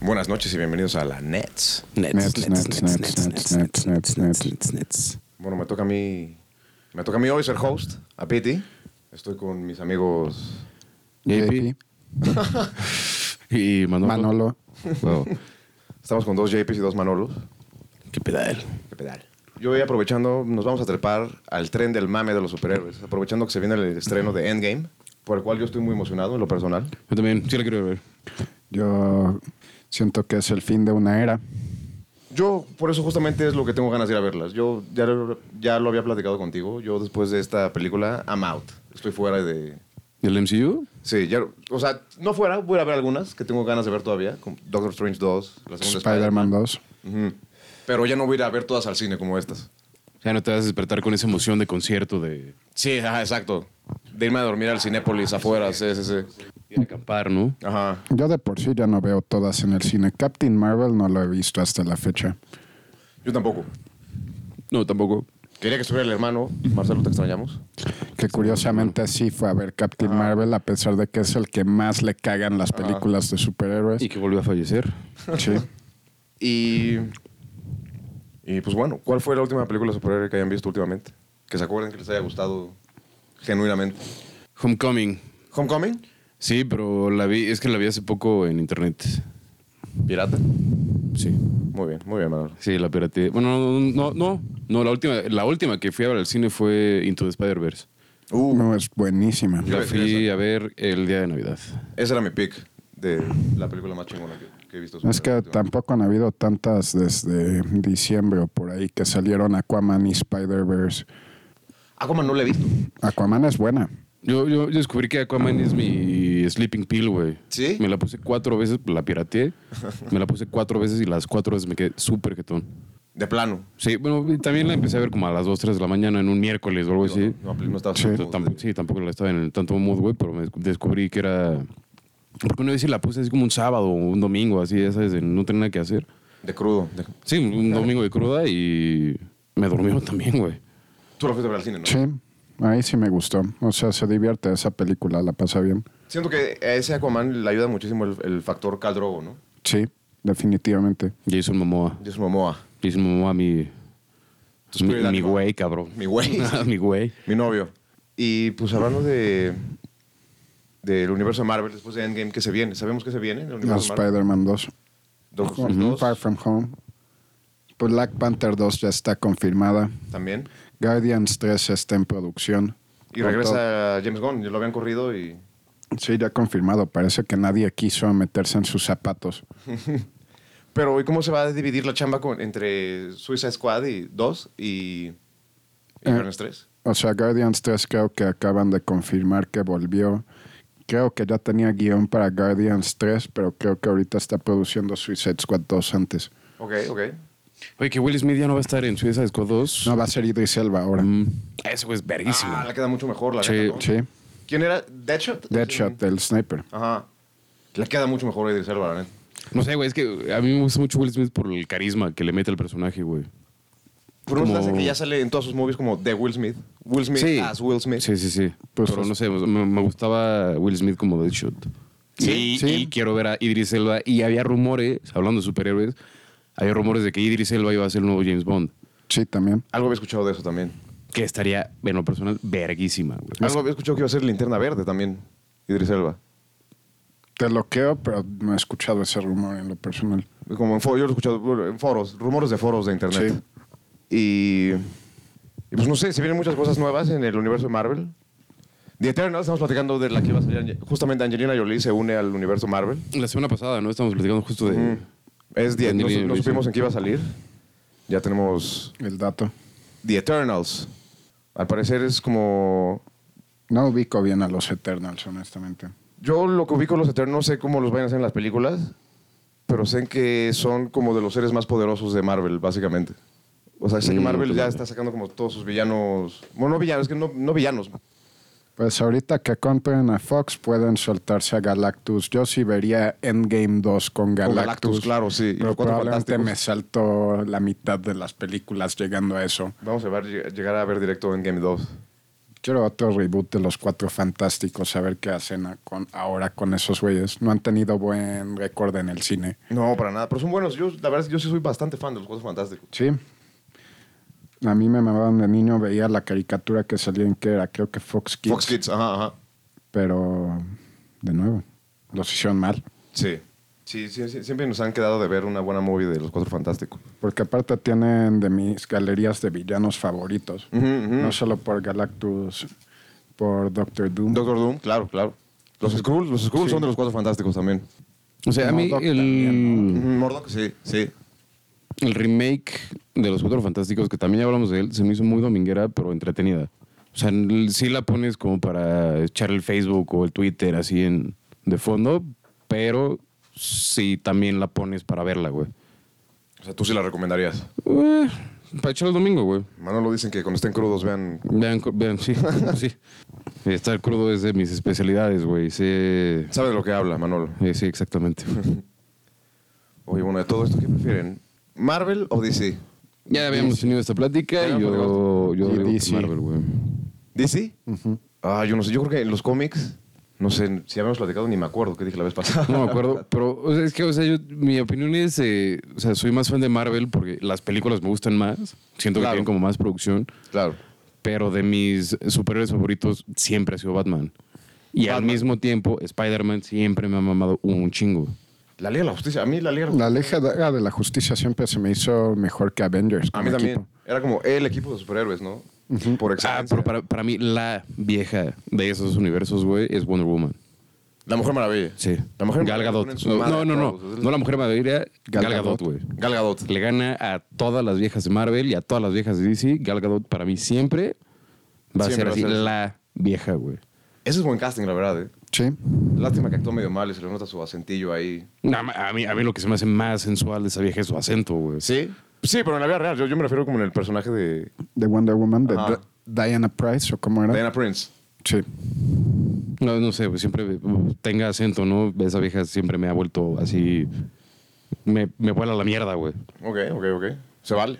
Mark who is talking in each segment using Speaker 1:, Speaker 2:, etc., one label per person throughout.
Speaker 1: Buenas noches y bienvenidos a la Nets.
Speaker 2: Nets,
Speaker 3: Nets,
Speaker 2: nets,
Speaker 3: nets,
Speaker 2: nets,
Speaker 3: nets, nets, nets,
Speaker 2: nets, nets,
Speaker 3: nets,
Speaker 2: nets.
Speaker 3: nets, nets.
Speaker 1: Bueno, me toca a mí. Me toca a mí hoy ser host, a Piti. Estoy con mis amigos.
Speaker 2: JP.
Speaker 3: JP.
Speaker 2: Y Manolo.
Speaker 3: Manolo.
Speaker 2: Wow.
Speaker 1: Estamos con dos JPs y dos Manolos.
Speaker 2: Qué pedal.
Speaker 1: Qué pedal. Yo voy aprovechando, nos vamos a trepar al tren del mame de los superhéroes. Aprovechando que se viene el estreno de Endgame, por el cual yo estoy muy emocionado en lo personal.
Speaker 2: Yo también, sí la quiero ver.
Speaker 3: Yo siento que es el fin de una era.
Speaker 1: Yo, por eso justamente es lo que tengo ganas de ir a verlas. Yo ya, lo- ya lo había platicado contigo. Yo después de esta película, I'm out. Estoy fuera de,
Speaker 2: ¿El MCU?
Speaker 1: Sí, ya, o sea, no fuera, voy a ver algunas que tengo ganas de ver todavía, como Doctor Strange 2, la segunda
Speaker 3: Spider-Man 2.
Speaker 1: Ujú. Pero ya no voy a ir a ver todas al cine como estas.
Speaker 2: O sea, no te vas a despertar con esa emoción de concierto, de
Speaker 1: Sí, ajá, exacto. De irme a dormir al Cinépolis afuera, sí, sí, sí.
Speaker 2: ir a acampar, ¿no?
Speaker 1: Ajá.
Speaker 3: Yo de por sí ya no veo todas en el cine. Captain Marvel no lo he visto hasta la fecha.
Speaker 1: Yo tampoco.
Speaker 2: No, tampoco.
Speaker 1: Quería que estuviera el hermano. Marcelo, te extrañamos.
Speaker 3: Que curiosamente sí fue a ver
Speaker 2: Ah.
Speaker 3: Captain Marvel, a pesar de que es el que más le cagan las películas de superhéroes.
Speaker 2: Y que volvió a fallecer.
Speaker 3: Sí.
Speaker 1: Y. Y pues bueno, ¿cuál fue la última película superhéroe que hayan visto últimamente? Que se acuerden que les haya gustado genuinamente.
Speaker 2: Homecoming.
Speaker 1: ¿Homecoming?
Speaker 2: Sí, pero la vi, es que la vi hace poco en internet.
Speaker 1: ¿Pirata?
Speaker 2: Sí.
Speaker 1: Muy bien, muy bien, Manolo.
Speaker 2: Sí, la pirateé. Bueno, no, no, no, no, la última, la última que fui a ver al cine fue Into the Spider-Verse. Uh.
Speaker 3: No, es buenísima.
Speaker 1: Yo
Speaker 2: La
Speaker 1: decía
Speaker 2: fui
Speaker 1: esa.
Speaker 2: a ver el día de Navidad.
Speaker 1: Ese era mi pick de la película más chingona que, que he visto.
Speaker 3: Es que tampoco han habido tantas desde diciembre o por ahí que salieron Aquaman y Spider-Verse.
Speaker 1: Aquaman no la he visto.
Speaker 3: Aquaman es buena.
Speaker 2: Yo, yo yo descubrí que Aquaman es mi sleeping pill, güey.
Speaker 1: ¿Sí?
Speaker 2: Me la puse cuatro veces, la pirateé. me la puse cuatro veces y las cuatro veces me quedé súper jetón.
Speaker 1: De plano.
Speaker 2: Sí, bueno, y también la empecé a ver como a las 2, 3 de la mañana en un miércoles o algo así.
Speaker 1: No, no, no estaba
Speaker 3: Pues Sí.
Speaker 1: seguro
Speaker 2: Yo
Speaker 1: de-
Speaker 2: tampoco- sí, tampoco la estaba en el tanto mood, güey, pero me descu- descubrí que era... Porque una vez sí la puse así como un sábado o un domingo, así, ya sabes, de no tenía nada que hacer.
Speaker 1: de crudo. de-
Speaker 2: Sí, un domingo de cruda y me durmió también, güey.
Speaker 1: Tú la fuiste a ver al cine, ¿no?
Speaker 3: Sí, ahí sí me gustó. O sea, se divierte esa película, la pasa bien.
Speaker 1: Siento que a ese Aquaman le ayuda muchísimo el, el factor Caldrogo, ¿no?
Speaker 3: Sí, definitivamente.
Speaker 2: Jason Momoa.
Speaker 1: Jason Momoa,
Speaker 2: Jason Momoa, mi...
Speaker 1: Tu
Speaker 2: Mi,
Speaker 1: spirit
Speaker 2: mi
Speaker 1: animal.
Speaker 2: güey, cabrón. Ah,
Speaker 1: Mi güey.
Speaker 2: mi güey.
Speaker 1: mi novio. Y pues hablando de del universo de Marvel después de Endgame que se viene. Sabemos que se viene el
Speaker 3: No,
Speaker 1: universo de Marvel.
Speaker 3: Spider-Man 2.
Speaker 1: Doctor Strange
Speaker 3: Ujú.
Speaker 1: 2
Speaker 3: Far From Home. Pues Black Panther 2 ya está confirmada.
Speaker 1: también.
Speaker 3: Guardians 3 está en producción.
Speaker 1: Y regresa James Gunn, ya lo habían corrido y
Speaker 3: Sí, ya confirmado. Parece que nadie quiso meterse en sus zapatos.
Speaker 1: Pero, ¿y cómo se va a dividir la chamba con- entre Suiza Squad y 2 y, y
Speaker 3: Eh.
Speaker 1: Guardians 3?
Speaker 3: O sea, Guardians 3 creo que acaban de confirmar que volvió. Creo que ya tenía guión para Guardians 3, pero creo que ahorita está produciendo Suicide Squad 2 antes.
Speaker 1: Ok, ok.
Speaker 2: Oye, que Will Smith ya no va a estar en Suiza Squad 2.
Speaker 3: No, va a ser Idris Elba ahora.
Speaker 2: Mm, Ese güey es verguísimo.
Speaker 1: Ah, le queda mucho mejor la
Speaker 2: Sí,
Speaker 1: neta, ¿no?
Speaker 3: Sí,
Speaker 1: ¿Quién era? ¿Deadshot?
Speaker 3: Deadshot, el sniper.
Speaker 1: Ajá. Le queda mucho mejor a Idris Elba, la neta.
Speaker 2: No sé, güey, es que a mí me gusta mucho Will Smith por el carisma que le mete al personaje, güey.
Speaker 1: Por
Speaker 2: Como-
Speaker 1: una frase que ya sale en todas sus movies como The Will Smith. Will Smith
Speaker 2: Sí.
Speaker 1: as Will Smith.
Speaker 2: Sí, sí, sí.
Speaker 3: Pues
Speaker 2: Pero
Speaker 3: es-
Speaker 2: no sé, me, me gustaba Will Smith como Deadshot.
Speaker 3: Sí,
Speaker 2: Y-
Speaker 3: sí.
Speaker 2: Y quiero ver a Idris Elba. Y había rumores, hablando de superhéroes, había rumores de que Idris Elba iba a ser el nuevo James Bond.
Speaker 3: Sí, también.
Speaker 1: Algo había escuchado de eso también.
Speaker 2: Que estaría, en lo personal, verguísima, güey.
Speaker 1: Algo había escuchado que iba a ser Linterna Verde también, Idris Elba.
Speaker 3: Te lo creo, pero no he escuchado ese rumor en lo personal.
Speaker 1: Como en foros, yo lo he escuchado en foros, rumores de foros de internet.
Speaker 3: Sí.
Speaker 1: Y, y pues no sé, se vienen muchas cosas nuevas en el universo de Marvel. The Eternals, estamos platicando de la que iba a salir. Ange- Justamente Angelina Jolie se une al universo Marvel.
Speaker 2: La semana pasada, ¿no? Estamos platicando justo de...
Speaker 1: Mm. Es The, no,
Speaker 2: Angelina
Speaker 1: no
Speaker 2: Jolie,
Speaker 1: supimos
Speaker 2: sí.
Speaker 1: en qué iba a salir. Ya tenemos
Speaker 3: El dato.
Speaker 1: The Eternals. Al parecer es como...
Speaker 3: No ubico bien a los Eternals, honestamente.
Speaker 1: Yo lo que ubico los Eternals no sé cómo los vayan a hacer en las películas, pero sé que son como de los seres más poderosos de Marvel, básicamente. O sea, sé que
Speaker 2: Mm,
Speaker 1: Marvel ya
Speaker 2: claro.
Speaker 1: está sacando como todos sus villanos... Bueno, no villanos, es que no, no villanos.
Speaker 3: Pues ahorita que compren a Fox pueden soltarse a Galactus. Yo sí vería Endgame 2 con Galactus.
Speaker 1: Galactus, claro, sí. Y
Speaker 3: Pero
Speaker 1: los Cuatro
Speaker 3: probablemente
Speaker 1: Fantásticos.
Speaker 3: me salto la mitad de las películas llegando a eso.
Speaker 1: Vamos a ver- llegar a ver directo en Game 2.
Speaker 3: Quiero otro reboot de los Cuatro Fantásticos, a ver qué hacen a- con, ahora con esos güeyes. No han tenido buen récord en el cine.
Speaker 1: No, para nada. Pero son buenos. Yo, la verdad, es que yo sí soy bastante fan de los Cuatro Fantásticos.
Speaker 3: Sí. A mí me mamaban de niño, veía la caricatura que salía en que era, creo que Fox Kids.
Speaker 1: Fox Kids, ajá, ajá.
Speaker 3: Pero, de nuevo, los hicieron mal.
Speaker 1: Sí. Sí, sí, sí, siempre nos han quedado de ver una buena movie de los Cuatro Fantásticos.
Speaker 3: Porque aparte tienen de mis galerías de villanos favoritos.
Speaker 1: Ujú, ujú.
Speaker 3: No solo por Galactus, por Doctor Doom.
Speaker 1: Doctor Doom, claro, claro. Los Skrulls, los Skrulls son de los Cuatro Fantásticos también.
Speaker 2: O sea, a mí
Speaker 3: Modok
Speaker 2: el,
Speaker 3: también,
Speaker 1: Ujú, Murdoch, sí, sí.
Speaker 2: el remake de Los Cuatro Fantásticos, que también ya hablamos de él, se me hizo muy dominguera, pero entretenida. O sea, n- sí la pones como para echar el Facebook o el Twitter así en, de fondo, pero sí también la pones para verla, güey.
Speaker 1: O sea, tú sí la recomendarías.
Speaker 2: Eh, para echar el domingo, güey.
Speaker 1: Manolo dicen que cuando estén crudos vean.
Speaker 2: Vean, cu- vean, sí, sí. Estar crudo es de mis especialidades, güey. Sí,
Speaker 1: ¿Sabes de lo que habla, Manolo?
Speaker 2: eh, sí, exactamente.
Speaker 1: Oye, bueno, de todo esto, ¿qué prefieren? ¿Marvel o DC?
Speaker 2: ya habíamos tenido esta plática
Speaker 1: Ya
Speaker 2: y yo,
Speaker 1: habíamos
Speaker 2: yo
Speaker 3: Y
Speaker 2: digo que
Speaker 3: DC.
Speaker 2: Marvel, güey.
Speaker 1: ¿DC? Ah, yo no sé. Yo creo que en los cómics, no sé si habíamos platicado, ni me acuerdo qué dije la vez pasada.
Speaker 2: No me acuerdo, pero o sea, es que, o sea, yo, mi opinión es, eh, o sea, soy más fan de Marvel porque las películas me gustan más, siento
Speaker 1: Claro.
Speaker 2: que tienen como más producción,
Speaker 1: Claro.
Speaker 2: pero de mis superhéroes favoritos siempre ha sido Batman. Y al
Speaker 1: Batman.
Speaker 2: mismo tiempo, Spider-Man siempre me ha mamado un chingo.
Speaker 1: La Liga de la Justicia. A mí la Liga de la
Speaker 3: La Liga de de la Justicia siempre se me hizo mejor que Avengers.
Speaker 1: A
Speaker 3: como
Speaker 1: mí también.
Speaker 3: equipo.
Speaker 1: Era como el equipo de superhéroes, ¿no? Por
Speaker 2: Ah,
Speaker 1: excelencia.
Speaker 2: pero para, para mí la vieja de esos universos, güey, es Wonder Woman.
Speaker 1: La Mujer Maravilla.
Speaker 2: Sí.
Speaker 1: La Mujer
Speaker 2: Gal
Speaker 1: Maravilla
Speaker 2: Gadot.
Speaker 1: ponen su madre
Speaker 2: No,
Speaker 1: a
Speaker 2: no, no, no.
Speaker 1: todos. Es-
Speaker 2: No la Mujer Maravilla,
Speaker 3: Gal
Speaker 2: Gal, Gadot,
Speaker 3: Gadot.
Speaker 2: güey.
Speaker 1: Gal Gadot.
Speaker 2: Le gana a todas las viejas de Marvel y a todas las viejas de DC. Gal Gadot para mí siempre va a
Speaker 1: Siempre
Speaker 2: ser
Speaker 1: va a
Speaker 2: así
Speaker 1: ser.
Speaker 2: la vieja, güey.
Speaker 1: Ese es buen casting, la verdad, ¿eh?
Speaker 3: Sí.
Speaker 1: Lástima que actuó medio mal y se le nota su acentillo ahí.
Speaker 2: No, a, mí, a mí lo que se me hace más sensual de esa vieja es su acento, güey.
Speaker 1: ¿Sí? Sí, pero en la vida real. Yo, yo me refiero como en el personaje de
Speaker 3: De Wonder Woman, de
Speaker 1: Ajá.
Speaker 3: Di- Diana Price, ¿o cómo era?
Speaker 1: Diana Prince.
Speaker 3: Sí.
Speaker 2: No, no sé, güey, siempre uh, tenga acento, ¿no? Esa vieja siempre me ha vuelto así... Me, me vuela la mierda, güey.
Speaker 1: Ok, ok, ok. Se vale.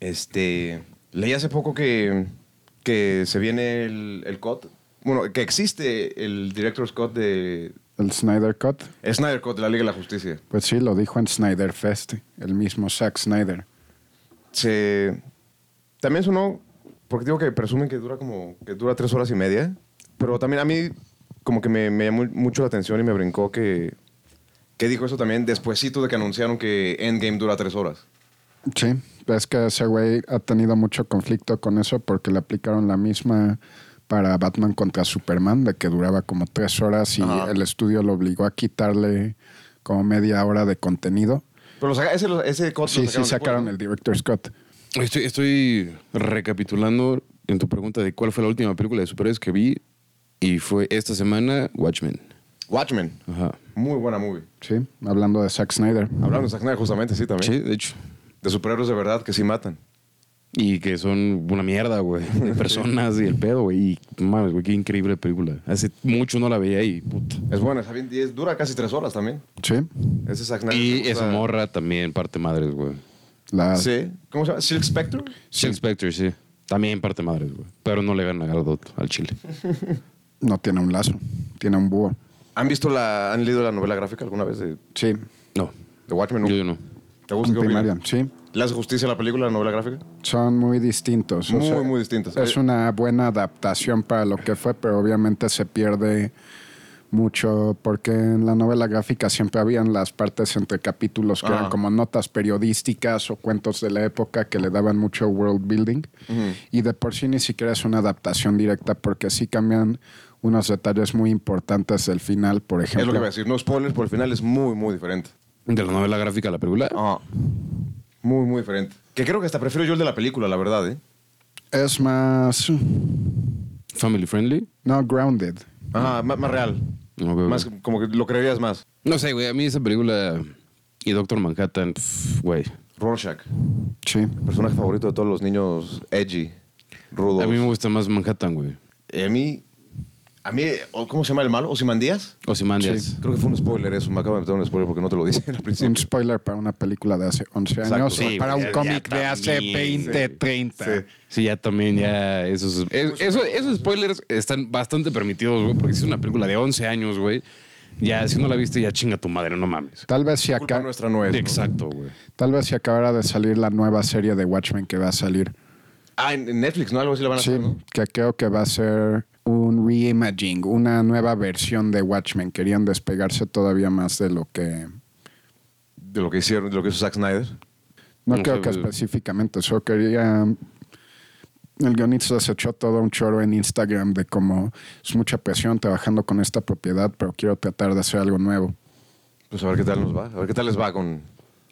Speaker 1: Este. Leí hace poco que, que se viene el, el cut. Bueno, que existe el director's cut de.
Speaker 3: El Snyder Cut.
Speaker 1: El Snyder Cut de la Liga de la Justicia.
Speaker 3: Pues sí, lo dijo en Snyder Fest, el mismo Zack Snyder.
Speaker 1: se también sonó porque digo que presumen que dura como que dura tres horas y media pero también a mí como que me, me llamó mucho la atención y me brincó que que dijo eso también despuesito de que anunciaron que Endgame dura tres horas
Speaker 3: Sí, pues es que ese güey ha tenido mucho conflicto con eso porque le aplicaron la misma para Batman contra Superman, de que duraba como tres horas y
Speaker 1: Ajá.
Speaker 3: el estudio lo obligó a quitarle como media hora de contenido.
Speaker 1: pero lo saca- ese lo- ese corte
Speaker 3: Sí,
Speaker 1: lo
Speaker 3: sí, sacaron
Speaker 1: después,
Speaker 3: el Director's Cut.
Speaker 2: Estoy, estoy recapitulando en tu pregunta de cuál fue la última película de superhéroes que vi. Y fue esta semana Watchmen.
Speaker 1: ¿no? Watchmen
Speaker 2: Ajá.
Speaker 1: muy buena movie
Speaker 3: Sí, hablando de Zack Snyder.
Speaker 1: hablando de Zack Snyder justamente sí también
Speaker 2: Sí, de hecho.
Speaker 1: de superhéroes de verdad que sí matan
Speaker 2: Y que son una mierda, güey. De personas y el pedo, güey. Y mames, güey, qué increíble película. Hace mucho no la veía y puta.
Speaker 1: es buena está bien, y es- dura casi tres horas también
Speaker 3: Sí,
Speaker 1: ese Zack Snyder
Speaker 2: Y
Speaker 1: me gusta.
Speaker 2: esa morra también, parte madres, güey.
Speaker 3: la,
Speaker 1: sí ¿cómo se llama? Silk Spectre
Speaker 2: Silk Spectre, sí. También parte madres, güey. Pero no le gana a Galdot al chile.
Speaker 3: no tiene un lazo, tiene un búho.
Speaker 1: ¿han visto la han leído la novela gráfica alguna vez de,
Speaker 3: Sí,
Speaker 2: No.
Speaker 1: de Watchmen?
Speaker 2: Yo, yo no.
Speaker 1: ¿Te
Speaker 3: en
Speaker 1: gusta? ¿Qué
Speaker 3: primaria,
Speaker 1: opinas?
Speaker 3: sí.
Speaker 1: ¿Le hace justicia a la película, la novela gráfica?
Speaker 3: Son muy distintos. o
Speaker 1: Muy, muy distintos.
Speaker 3: Es una buena adaptación para lo que fue, pero obviamente se pierde mucho porque en la novela gráfica siempre habían las partes entre capítulos que
Speaker 1: Ajá.
Speaker 3: eran como notas periodísticas o cuentos de la época que le daban mucho world building. Y de por sí ni siquiera es una adaptación directa porque sí cambian unos detalles muy importantes del final, por ejemplo.
Speaker 1: Es lo que voy a decir. No spoilers, por el final es muy, muy diferente.
Speaker 2: De la novela gráfica a la película.
Speaker 1: Ah.
Speaker 3: Ah.
Speaker 1: Muy, muy diferente. Que creo que hasta prefiero yo el de la película, la verdad, ¿eh?
Speaker 3: Es más,
Speaker 2: Family friendly.
Speaker 3: no, grounded. Ah.
Speaker 1: Ajá, Ah, más, más real.
Speaker 2: Ok, ok.
Speaker 1: Más como que lo creerías más.
Speaker 2: No sé, güey. A mí esa película y Doctor Manhattan, pf, güey.
Speaker 1: Rorschach.
Speaker 3: Sí.
Speaker 1: Personaje favorito de todos los niños edgy, rudos.
Speaker 2: A mí me gusta más Manhattan, güey.
Speaker 1: A mí, A mí, o- ¿cómo se llama el malo? ¿Ozymandias?
Speaker 2: O si mandas.
Speaker 3: Sí.
Speaker 1: Creo que fue un spoiler eso. Me acabo de meter un spoiler porque no te lo dije al
Speaker 3: Un
Speaker 1: principio.
Speaker 3: spoiler para una película de hace 11
Speaker 1: Exacto.
Speaker 3: años
Speaker 1: Sí,
Speaker 3: o para
Speaker 2: güey,
Speaker 3: un
Speaker 2: ya
Speaker 3: cómic de hace
Speaker 2: también,
Speaker 3: 20,
Speaker 2: sí.
Speaker 3: 30.
Speaker 1: Sí.
Speaker 2: Sí, ya también, ya. Esos, es- eso- esos spoilers están bastante permitidos, güey, porque si es una película de 11 años, güey. Ya, si no la viste, ya chinga tu madre, no mames.
Speaker 3: Tal vez si
Speaker 1: Culpa
Speaker 3: acá...
Speaker 1: nuestra Pues, no es. ¿no?
Speaker 2: Exacto, güey.
Speaker 3: Tal vez si acabara de salir la nueva serie de Watchmen que va a salir.
Speaker 1: Ah, en en Netflix, ¿no? Algo así le van a
Speaker 3: Sí,
Speaker 1: hacer, ¿no?
Speaker 3: que creo que va a ser un reimaging, una nueva versión de Watchmen. Querían despegarse todavía más de lo que...
Speaker 1: De lo que hicieron, de lo que hizo Zack Snyder.
Speaker 3: No
Speaker 2: No
Speaker 3: creo
Speaker 2: sé,
Speaker 3: que
Speaker 2: güey.
Speaker 3: específicamente, solo quería... El guionista se echó todo un choro en Instagram de cómo es mucha presión trabajando con esta propiedad, pero quiero tratar de hacer algo nuevo.
Speaker 1: Pues a ver qué tal nos va. A ver qué tal les va con...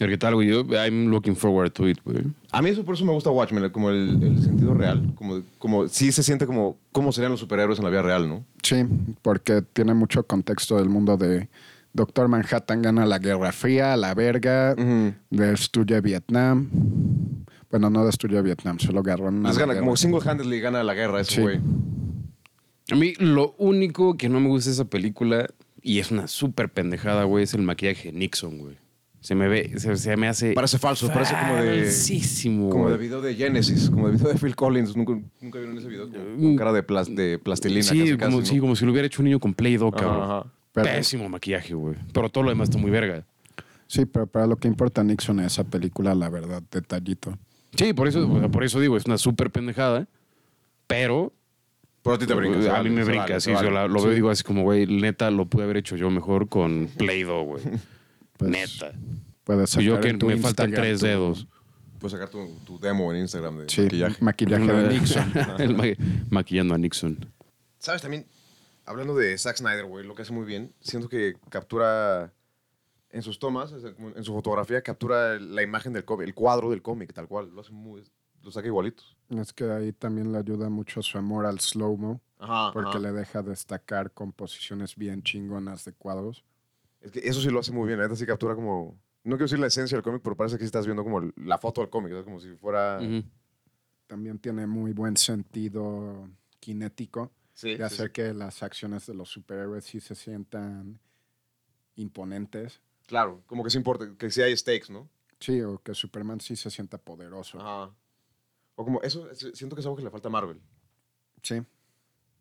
Speaker 2: Y ¿Qué tal, güey? Yo, I'm looking forward to it, güey.
Speaker 1: A mí eso por eso me gusta Watchmen, como el, el sentido real. Como, como sí se siente como cómo serían los superhéroes en la vida real, ¿no?
Speaker 3: Sí, porque tiene mucho contexto del mundo de Doctor Manhattan gana la Guerra Fría, la verga,
Speaker 1: Ujú.
Speaker 3: destruye Vietnam. Bueno, no destruye Vietnam, solo agarró
Speaker 1: Les
Speaker 3: una.
Speaker 1: Pues gana,
Speaker 3: guerra.
Speaker 1: como single-handedly gana la guerra ese
Speaker 3: Sí.
Speaker 1: güey.
Speaker 2: A mí lo único que no me gusta de esa película, y es una súper pendejada, güey, es el maquillaje de Nixon, güey. Se me ve, se, se me hace...
Speaker 1: Parece falso, parece como de-
Speaker 2: Falsísimo,
Speaker 1: Como
Speaker 2: güey.
Speaker 1: de video de Genesis, como de video de Phil Collins. Nunca, nunca vieron ese video. Como con cara de, plas- de plastilina.
Speaker 2: Mm. Sí,
Speaker 1: casi,
Speaker 2: como,
Speaker 1: casi, ¿no?
Speaker 2: sí, como si lo hubiera hecho un niño con Play-Doh,
Speaker 1: Ajá,
Speaker 2: cabrón.
Speaker 1: ajá.
Speaker 3: Pero-
Speaker 2: Pésimo maquillaje, güey. Pero todo lo demás está muy verga.
Speaker 3: Sí, pero para lo que importa Nixon es esa película, la verdad, detallito.
Speaker 2: Sí, por eso, o sea, por eso digo, es una súper pendejada, pero
Speaker 1: Pero a ti te brinca. se
Speaker 2: a
Speaker 1: vale,
Speaker 2: mí me
Speaker 1: se
Speaker 2: brinca,
Speaker 1: vale,
Speaker 2: sí,
Speaker 1: se vale.
Speaker 2: yo la- lo veo y digo así como, güey, neta, lo pude haber hecho yo mejor con Play-Doh, güey.
Speaker 3: Pues,
Speaker 2: neta.
Speaker 3: Puedes sacar
Speaker 2: Pues yo que
Speaker 3: en tu
Speaker 2: me faltan
Speaker 3: Instagram
Speaker 2: tres
Speaker 3: tu-
Speaker 2: dedos.
Speaker 1: Puedes sacar tu, tu demo en Instagram de
Speaker 3: Sí, maquillaje,
Speaker 1: maquillaje.
Speaker 3: de Nixon.
Speaker 2: El ma- maquillando a Nixon.
Speaker 1: ¿Sabes también? Hablando de Zack Snyder, güey, lo que hace muy bien, siento que captura en sus tomas, o sea, como en su fotografía, captura la imagen del cómic, el cuadro del cómic, tal cual. Lo hace muy. Lo saca igualito.
Speaker 3: Es que ahí también le ayuda mucho su amor al slow-mo,
Speaker 1: Ajá.
Speaker 3: porque le deja destacar composiciones bien chingonas de cuadros.
Speaker 1: Es que eso sí lo hace muy bien. La neta sí captura como. No quiero decir la esencia del cómic, pero parece que sí estás viendo como el- la foto del cómic, ¿sabes? como si fuera.
Speaker 2: Ujú.
Speaker 3: también tiene muy buen sentido kinético
Speaker 1: Sí,
Speaker 3: de hacer que las acciones de los superhéroes sí se sientan imponentes.
Speaker 1: Claro, como que sí importa, que sí hay stakes, ¿no?
Speaker 3: Sí, o que Superman sí se sienta poderoso.
Speaker 1: Ajá. O como eso, es- siento que es algo que le falta a Marvel,
Speaker 3: Sí,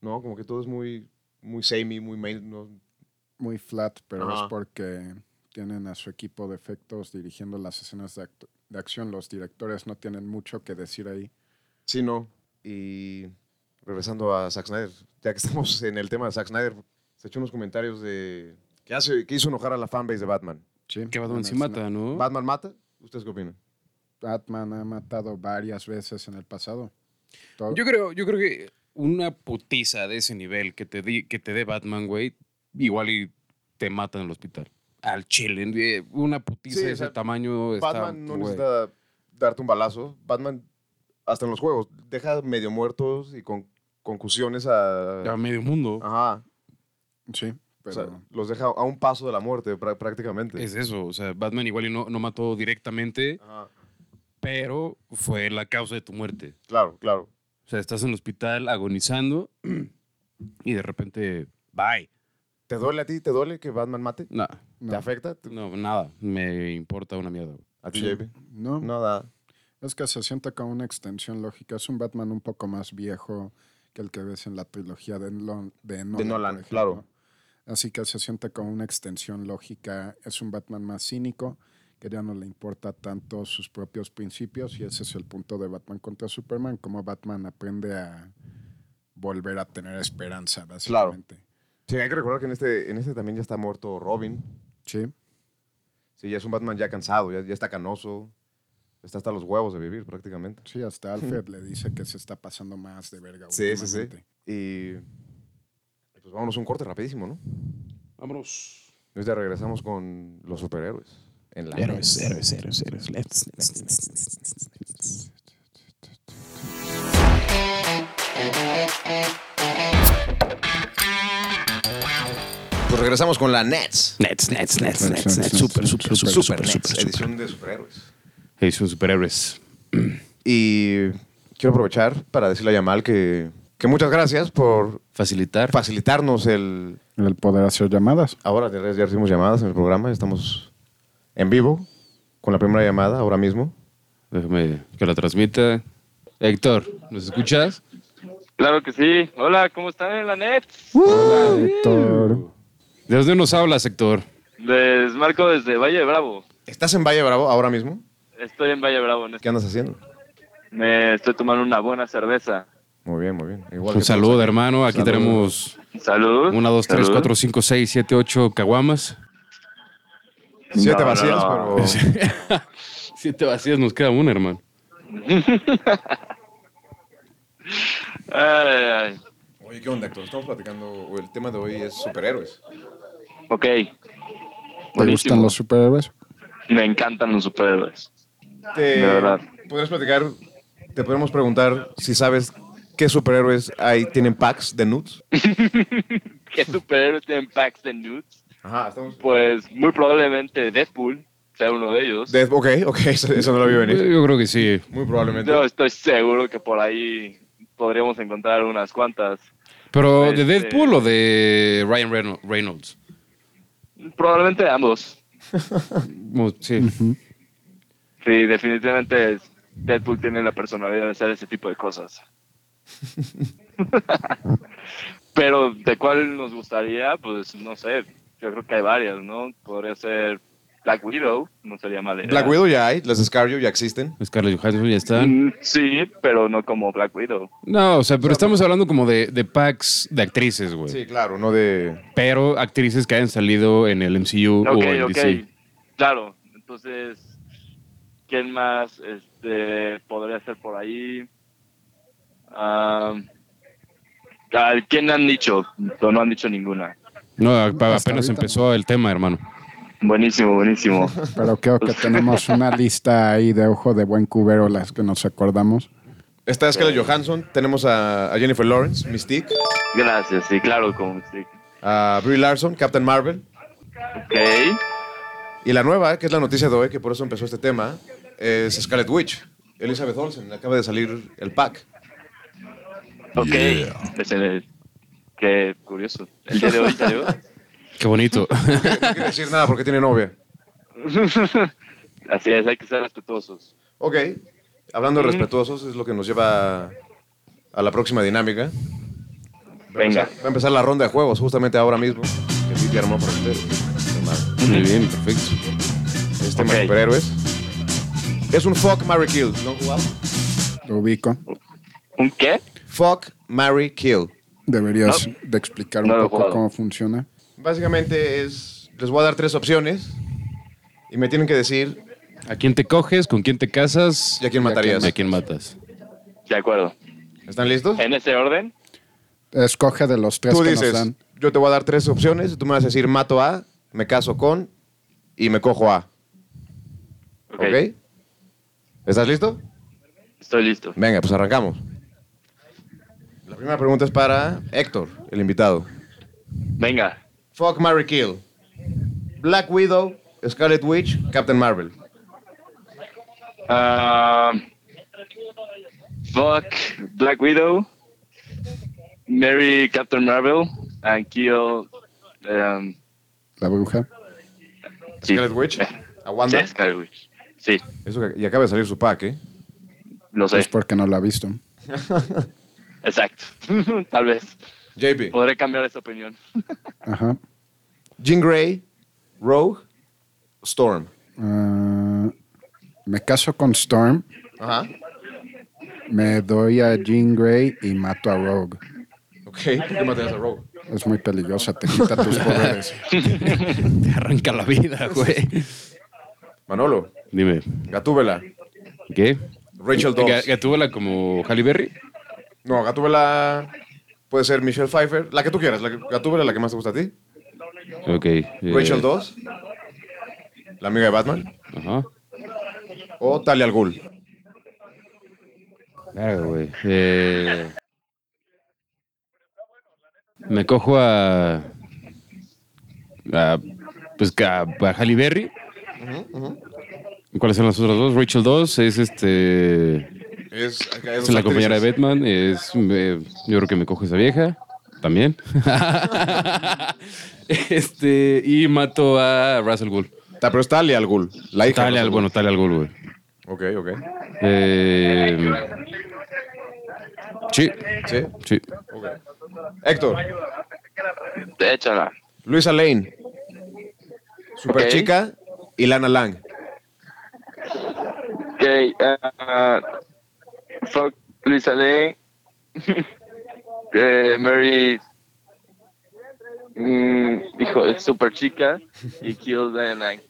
Speaker 1: ¿no? Como que todo es muy, muy samey, muy main, ¿no?
Speaker 3: muy flat, pero
Speaker 1: Ajá.
Speaker 3: es porque tienen a su equipo de efectos dirigiendo las escenas de, actu- de acción. Los directores no tienen mucho que decir ahí.
Speaker 1: Sí, no. Y regresando a Zack Snyder, ya que estamos en el tema de Zack Snyder, se echó unos comentarios de que, hace, que hizo enojar a la fanbase de Batman.
Speaker 3: Sí,
Speaker 2: Que Batman
Speaker 3: una
Speaker 2: sí
Speaker 3: escena-
Speaker 2: mata, ¿no?
Speaker 1: ¿Batman mata? ¿Ustedes qué opinan?
Speaker 3: Batman ha matado varias veces en el pasado. Todo-
Speaker 2: Yo creo, yo creo que una putiza de ese nivel que te, di- que te dé Batman, güey, igual y te mata en el hospital. Al chile. eh, Una putiza
Speaker 1: Sí,
Speaker 2: de
Speaker 1: o
Speaker 2: ese
Speaker 1: sea,
Speaker 2: tamaño
Speaker 3: Pues
Speaker 2: está,
Speaker 1: Batman no
Speaker 2: güey.
Speaker 1: necesita darte un balazo. Batman, hasta en los juegos, deja medio muertos y con concusiones
Speaker 2: A
Speaker 1: a...
Speaker 2: medio mundo.
Speaker 1: Ajá.
Speaker 3: Sí,
Speaker 1: O
Speaker 3: pero...
Speaker 1: sea, los deja a un paso de la muerte prá- prácticamente.
Speaker 2: Es eso, o sea, Batman igual y no, no mató directamente,
Speaker 1: Ajá.
Speaker 2: pero fue la causa de tu muerte.
Speaker 1: Claro, claro.
Speaker 2: O sea, estás en el hospital agonizando y de repente, bye.
Speaker 1: ¿Te duele a ti? ¿Te duele que Batman mate?
Speaker 2: No,
Speaker 3: no.
Speaker 1: ¿Te afecta? ¿Te-
Speaker 2: no, nada, me importa una mierda. güey.
Speaker 1: ¿A ti,
Speaker 3: Sí.
Speaker 1: JP?
Speaker 3: No,
Speaker 1: Nada.
Speaker 3: Es que se sienta como una extensión lógica. Es un Batman un poco más viejo que el que ves en la trilogía de, Nol- de
Speaker 1: Nolan,
Speaker 3: Nolan. por ejemplo.
Speaker 1: claro.
Speaker 3: Así que se sienta como una extensión lógica. Es un Batman más cínico, que ya no le importa tanto sus propios principios. Y ese es el punto de Batman contra Superman, cómo Batman aprende a volver a tener esperanza, básicamente.
Speaker 1: Sí, hay que recordar que en este, en este también ya está muerto Robin.
Speaker 3: Sí.
Speaker 1: Sí, ya es un Batman ya cansado, ya, ya está canoso. Está hasta los huevos de vivir prácticamente.
Speaker 3: Sí, hasta Alfred le dice que se está pasando más de verga.
Speaker 1: Sí, sí, sí.
Speaker 3: últimamente.
Speaker 1: Y pues vámonos a un corte rapidísimo, ¿no?
Speaker 2: Vámonos.
Speaker 1: Ahorita regresamos con los superhéroes. En la
Speaker 2: héroes, héroes, héroes. Let's,
Speaker 1: Pues regresamos con la Nets.
Speaker 2: Nets, nets, nets,
Speaker 3: Nets, nets, nets.
Speaker 2: Super, super, super, super,
Speaker 1: Nets,
Speaker 2: super, super.
Speaker 1: edición de superhéroes.
Speaker 2: Edición superhéroes.
Speaker 1: Y quiero aprovechar para decirle a Yamal que que muchas gracias por
Speaker 4: Facilitar.
Speaker 1: facilitarnos el...
Speaker 3: El poder hacer llamadas.
Speaker 1: Ahora de redes ya recibimos llamadas en el programa, estamos en vivo con la primera llamada ahora mismo.
Speaker 2: Déjame que la transmita. Héctor, ¿nos escuchas?
Speaker 5: Claro que sí. Hola, ¿cómo están en la net?
Speaker 3: Hola, Héctor.
Speaker 2: ¿De dónde nos hablas, Héctor?
Speaker 5: Les marco desde Valle de Bravo.
Speaker 1: ¿Estás en Valle Bravo ahora mismo?
Speaker 5: Estoy en Valle Bravo. en este-
Speaker 1: ¿Qué andas haciendo?
Speaker 5: Me estoy tomando una buena cerveza.
Speaker 1: Muy bien, muy bien. Igual
Speaker 2: Un
Speaker 1: que
Speaker 2: saludo,
Speaker 1: todos.
Speaker 2: hermano. Aquí
Speaker 1: Saludos.
Speaker 2: tenemos
Speaker 5: Salud.
Speaker 2: 1, 2, 3,
Speaker 5: Salud.
Speaker 2: 4, 5, 6, 7, 8 caguamas.
Speaker 1: Siete
Speaker 5: No, no,
Speaker 1: vacías,
Speaker 5: no.
Speaker 1: pero...
Speaker 2: Siete vacías nos queda una, hermano.
Speaker 5: Ay, ay,
Speaker 1: Oye, ¿qué onda, Héctor? Estamos platicando... El tema de hoy es superhéroes.
Speaker 5: ay. Ok.
Speaker 3: ¿Te gustan los superhéroes?
Speaker 5: Me encantan los superhéroes.
Speaker 1: Te,
Speaker 5: De verdad.
Speaker 1: ¿Podrías platicar? Te podemos preguntar si sabes qué superhéroes hay, tienen packs de nudes.
Speaker 5: ¿Qué superhéroes tienen packs de nudes?
Speaker 1: Ajá, estamos...
Speaker 5: Pues muy probablemente Deadpool sea uno de ellos.
Speaker 1: Death- ok, ok, eso, eso no lo vi venir.
Speaker 2: Yo creo que sí.
Speaker 1: Muy probablemente.
Speaker 5: Yo estoy seguro que por ahí podríamos encontrar unas cuantas.
Speaker 2: Pero de
Speaker 5: Este-
Speaker 2: Deadpool o de Ryan Reno- Reynolds.
Speaker 5: Probablemente de ambos.
Speaker 2: Mo- Sí.
Speaker 5: Sí, definitivamente Deadpool tiene la personalidad de hacer ese tipo de cosas. Pero, ¿de cuál nos gustaría? Pues, no sé. Yo creo que hay varias, ¿no? Podría ser Black Widow, no sería mala idea.
Speaker 1: Black Widow ya hay, las de Scarjo ya existen.
Speaker 2: Scarlett Johansson ya está.
Speaker 5: Mm, Sí, pero no como Black Widow.
Speaker 2: No, o sea, pero estamos hablando como de, de packs de actrices, güey.
Speaker 1: Sí, claro, no de...
Speaker 2: Pero actrices que hayan salido en el MCU
Speaker 1: Uh,
Speaker 5: ok,
Speaker 2: o en
Speaker 5: ok.
Speaker 2: DC.
Speaker 5: Claro. Entonces, ¿quién más este, podría ser por ahí? Ah, ah, ¿Quién han dicho? No, no han dicho ninguna.
Speaker 2: No, a-
Speaker 3: Hasta
Speaker 2: apenas
Speaker 3: ahorita
Speaker 2: empezó el tema, hermano.
Speaker 5: Buenísimo, buenísimo.
Speaker 3: Pero creo que tenemos una lista ahí de ojo de buen cubero, las que nos acordamos.
Speaker 1: Está Scarlett Johansson, tenemos a, a Jennifer Lawrence, Mystique,
Speaker 5: Gracias, sí, claro, como sí.
Speaker 1: a Brie Larson, Captain Marvel.
Speaker 5: Ok.
Speaker 1: Y la nueva, que es la noticia de hoy, que por eso empezó este tema, es Scarlet Witch. Elizabeth Olsen, acaba de salir el pack.
Speaker 5: Ok. Es el- qué curioso. El día de hoy salió.
Speaker 2: Qué bonito.
Speaker 1: No quiere decir nada porque tiene novia.
Speaker 5: Así es, hay que ser respetuosos.
Speaker 1: Ok, hablando de respetuosos, es lo que nos lleva a la próxima dinámica. Va a
Speaker 5: Venga.
Speaker 1: empezar- Va a empezar la ronda de juegos justamente ahora mismo. Que Pipi armó este para ustedes. Qué mal.
Speaker 2: Muy bien, perfecto.
Speaker 1: Es Este tema de
Speaker 5: Ok.
Speaker 1: superhéroes. Es un fuck, marry, kill. ¿No han jugado?
Speaker 3: Lo ubico.
Speaker 5: ¿Un qué?
Speaker 1: Fuck, marry, kill.
Speaker 3: Deberías de explicar un
Speaker 5: No lo he
Speaker 3: poco
Speaker 5: jugado.
Speaker 3: cómo funciona.
Speaker 1: Básicamente es... Les voy a dar tres opciones y me tienen que decir
Speaker 2: ¿A quién te coges? ¿Con quién te casas?
Speaker 1: ¿Y a quién matarías?
Speaker 2: ¿A quién matas?
Speaker 5: De acuerdo.
Speaker 1: ¿Están listos?
Speaker 5: ¿En ese orden?
Speaker 3: Escoge de los tres
Speaker 1: Tú
Speaker 3: que
Speaker 1: dices,
Speaker 3: nos dan.
Speaker 1: yo te voy a dar tres opciones y tú me vas a decir mato a, me caso con y me cojo a.
Speaker 5: Ok.
Speaker 1: ¿Ok? ¿Estás listo?
Speaker 5: Estoy listo.
Speaker 1: Venga, pues arrancamos. La primera pregunta es para Héctor, el invitado.
Speaker 5: Venga.
Speaker 1: Fuck Mary Kill. Black Widow, Scarlet Witch, Captain Marvel.
Speaker 5: Ah, fuck Black Widow. Mary Captain Marvel. And kill. Um,
Speaker 3: La bruja.
Speaker 5: sí.
Speaker 1: Scarlet Witch. A Wanda.
Speaker 5: Sí, Scarlet Witch. Sí,
Speaker 1: Eso que- y acaba de salir su pack, ¿eh?
Speaker 5: lo
Speaker 1: Pues
Speaker 5: sé.
Speaker 3: Es porque no la ha visto.
Speaker 5: Exacto. Tal vez.
Speaker 1: JP.
Speaker 5: Podré cambiar esta opinión.
Speaker 3: Ajá.
Speaker 1: Jean Grey, Rogue, Storm.
Speaker 3: Ah, me caso con Storm,
Speaker 1: Ajá.
Speaker 3: me doy a Jean Grey y mato a Rogue.
Speaker 1: Ok. ¿Por qué matarías a Rogue?
Speaker 3: Es muy peligrosa, te quita tus poderes.
Speaker 2: Te arranca la vida, güey.
Speaker 1: Manolo.
Speaker 2: Dime,
Speaker 1: Gatúbela.
Speaker 2: ¿qué?
Speaker 1: Rachel
Speaker 2: Ga-
Speaker 1: Dawes.
Speaker 2: Gatúbela como Halle Berry.
Speaker 1: No, Gatúbela puede ser Michelle Pfeiffer, la que tú quieras, la que, Gatúbela la que más te gusta a ti.
Speaker 2: Ok. eh,
Speaker 1: Rachel Dawes, la amiga de Batman,
Speaker 2: Ajá.
Speaker 1: o Talia al Ghul.
Speaker 2: Claro, güey. Eh, me cojo a. a pues que a, a Halle Berry. ¿Cuáles son las otras dos? Rachel 2 es este.
Speaker 1: Es, acá
Speaker 2: Es
Speaker 1: dos
Speaker 2: la compañera de
Speaker 1: actrices.
Speaker 2: Batman. Es, eh, yo creo que me cojo esa vieja. También. este, y mato a Russell Gould.
Speaker 1: Ta- pero está Talia al Ghul. La hija. de
Speaker 2: Talia,
Speaker 1: Ra's al
Speaker 2: bueno, Talia al Ghul, güey.
Speaker 1: Ghul. Ok, ok.
Speaker 2: Eh, sí,
Speaker 1: Sí.
Speaker 2: sí.
Speaker 1: ok. Héctor.
Speaker 5: Échala.
Speaker 1: Luisa Lane. Superchica y Lana Lang.
Speaker 5: Ok. ah, fuck Luisa Lane. Eh, Mary. mm, hijo, es super chica. Y Kill the Night.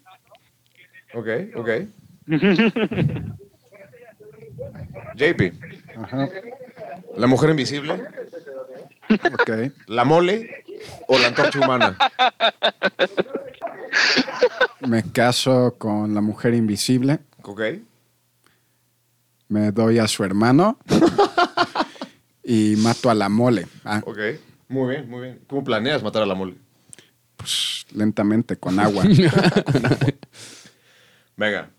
Speaker 1: Ok, ok. JP.
Speaker 3: Ajá.
Speaker 1: La mujer invisible.
Speaker 3: Ok.
Speaker 1: La mole o la antorcha humana.
Speaker 3: Me caso con la mujer invisible.
Speaker 1: Ok.
Speaker 3: Me doy a su hermano. y mato a la mole. Ah,
Speaker 1: Ok. Muy bien, muy bien. ¿Cómo planeas matar a la mole?
Speaker 3: lentamente, con agua.
Speaker 1: Venga.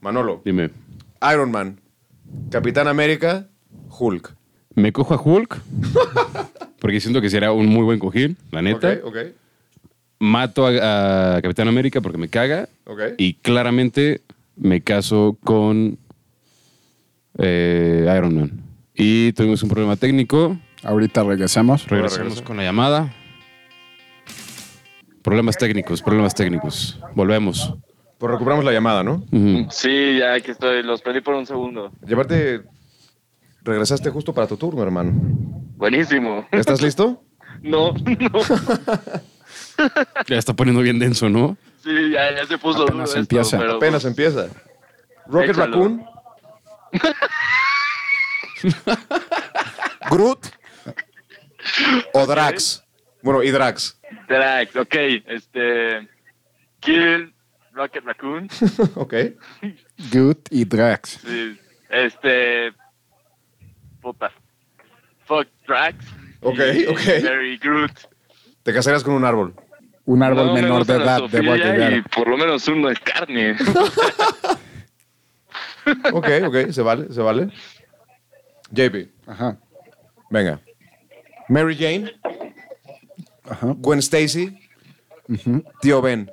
Speaker 1: Manolo.
Speaker 2: Dime.
Speaker 1: Iron Man. Capitán América. Hulk.
Speaker 2: Me cojo a Hulk. Porque siento que será un muy buen cojín, la neta.
Speaker 1: Ok, ok.
Speaker 2: Mato a, a Capitán América porque me caga.
Speaker 1: Ok.
Speaker 2: Y claramente me caso con eh, Iron Man. Y tuvimos un problema técnico.
Speaker 3: Ahorita regresamos.
Speaker 2: Regresamos con la llamada. Problemas técnicos, problemas técnicos. Volvemos.
Speaker 1: Pues recuperamos la llamada, ¿no?
Speaker 2: Ujú.
Speaker 5: Sí, ya que estoy. Los perdí por un segundo.
Speaker 1: Y aparte, regresaste justo para tu turno, hermano.
Speaker 5: Buenísimo.
Speaker 1: ¿Estás listo?
Speaker 5: No, no.
Speaker 2: Ya está poniendo bien denso, ¿no?
Speaker 5: Sí, ya, ya se puso
Speaker 3: Apenas em
Speaker 5: duro
Speaker 3: empieza.
Speaker 5: Esto, pero,
Speaker 1: Apenas empieza. Rocket
Speaker 5: Échalo.
Speaker 1: Raccoon. Groot. O Drax. Bueno, y Drax.
Speaker 5: Drax, pues, ok. Este. Kill Rocket Raccoon.
Speaker 1: ok.
Speaker 3: Good y Drax.
Speaker 5: Sí. Este. Puta. Fuck Drax.
Speaker 1: Ok,
Speaker 5: Y
Speaker 1: ok.
Speaker 5: Barry Groot.
Speaker 1: Te casarás con un árbol.
Speaker 3: Un árbol
Speaker 5: No me
Speaker 3: menor
Speaker 5: gusta
Speaker 3: de
Speaker 5: la
Speaker 3: edad,
Speaker 5: zoofilia
Speaker 3: debo agregar.
Speaker 5: Y por lo menos uno es carne.
Speaker 1: Ok, ok, se vale, se vale. JP,
Speaker 3: Ajá,
Speaker 1: venga. Mary Jane,
Speaker 3: ajá.
Speaker 1: Gwen Stacy, Tío Ben.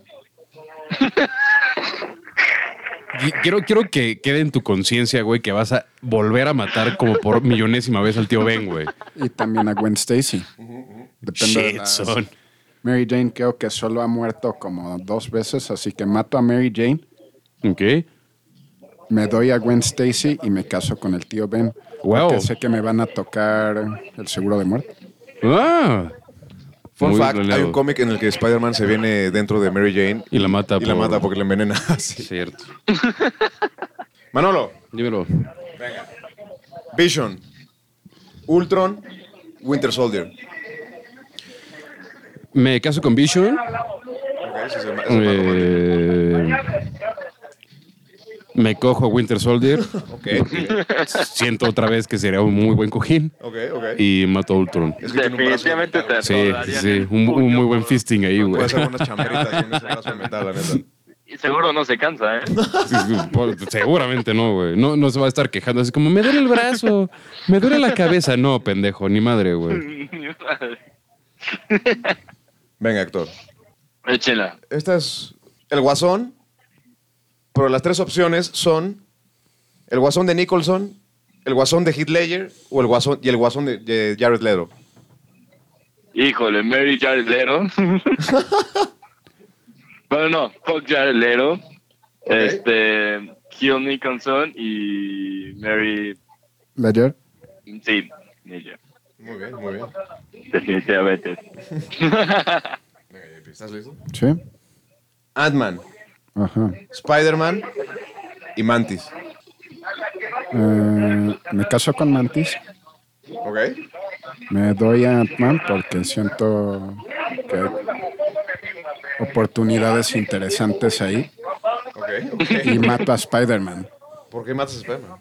Speaker 2: Y Quiero, quiero que quede en tu conciencia, güey, que vas a volver a matar como por millonésima vez al tío Ben, güey.
Speaker 3: Y también a Gwen Stacy. Depende de
Speaker 2: Shit,
Speaker 3: las-
Speaker 2: son.
Speaker 3: Mary Jane creo que solo ha muerto como dos veces, así que mato a Mary Jane,
Speaker 2: Ok.
Speaker 3: me doy a Gwen Stacy y me caso con el tío Ben.
Speaker 2: Wow.
Speaker 3: Porque sé que me van a tocar el seguro de muerte.
Speaker 2: Ah.
Speaker 1: Fun
Speaker 2: Muy
Speaker 1: fact, hay
Speaker 2: planeado.
Speaker 1: un cómic en el que Spider-Man se viene dentro de Mary Jane.
Speaker 2: Y la mata
Speaker 1: Y la
Speaker 2: por-
Speaker 1: mata porque la envenena. Sí.
Speaker 2: Cierto.
Speaker 1: Manolo,
Speaker 2: Dímelo.
Speaker 1: Vision, Ultron, Winter Soldier.
Speaker 2: Me caso con Vision.
Speaker 1: Ok, sí, se ma- se mató.
Speaker 2: Eh, me cojo a Winter Soldier.
Speaker 1: Ok,
Speaker 2: Siento otra vez que sería un muy buen cojín.
Speaker 1: ok, ok.
Speaker 2: Y mato a Ultron.
Speaker 1: Es que tiene un brazo
Speaker 5: Definitivamente
Speaker 1: de
Speaker 5: te
Speaker 1: metal,
Speaker 2: Sí, sí, sí. Un, un muy buen fisting ahí,
Speaker 1: güey.
Speaker 2: güey.
Speaker 1: Puede hacer unas chambritas con ese brazo de metal, la neta.
Speaker 5: Y seguro no se cansa, ¿eh?
Speaker 2: Seguramente no, güey. No, no se va a estar quejando así como, me duele el brazo, me duele la cabeza. No, pendejo, ni madre, güey.
Speaker 1: Venga, Héctor.
Speaker 5: Échela.
Speaker 1: Esta es el guasón, pero las tres opciones son el guasón de Nicholson, el guasón de Heath Ledger o el guasón, y el guasón de, de Jared Leto.
Speaker 5: Híjole, Mary Jared Leto. bueno, no, fuck Jared Leto. Este, Kill Nicholson y Mary.
Speaker 3: Ledger,
Speaker 5: Sí, ella,
Speaker 1: Muy bien, muy bien.
Speaker 5: definitivamente.
Speaker 1: ¿Estás listo?
Speaker 3: ¿sí?
Speaker 1: Ant-Man,
Speaker 3: Ajá.
Speaker 1: Spider-Man y Mantis.
Speaker 3: Eh, me caso con Mantis,
Speaker 1: ¿Ok?
Speaker 3: me doy a Ant-Man porque siento que hay oportunidades interesantes ahí
Speaker 1: Ok,
Speaker 3: y
Speaker 1: ok.
Speaker 3: mato a Spider-Man.
Speaker 1: ¿Por qué matas a Spider-Man?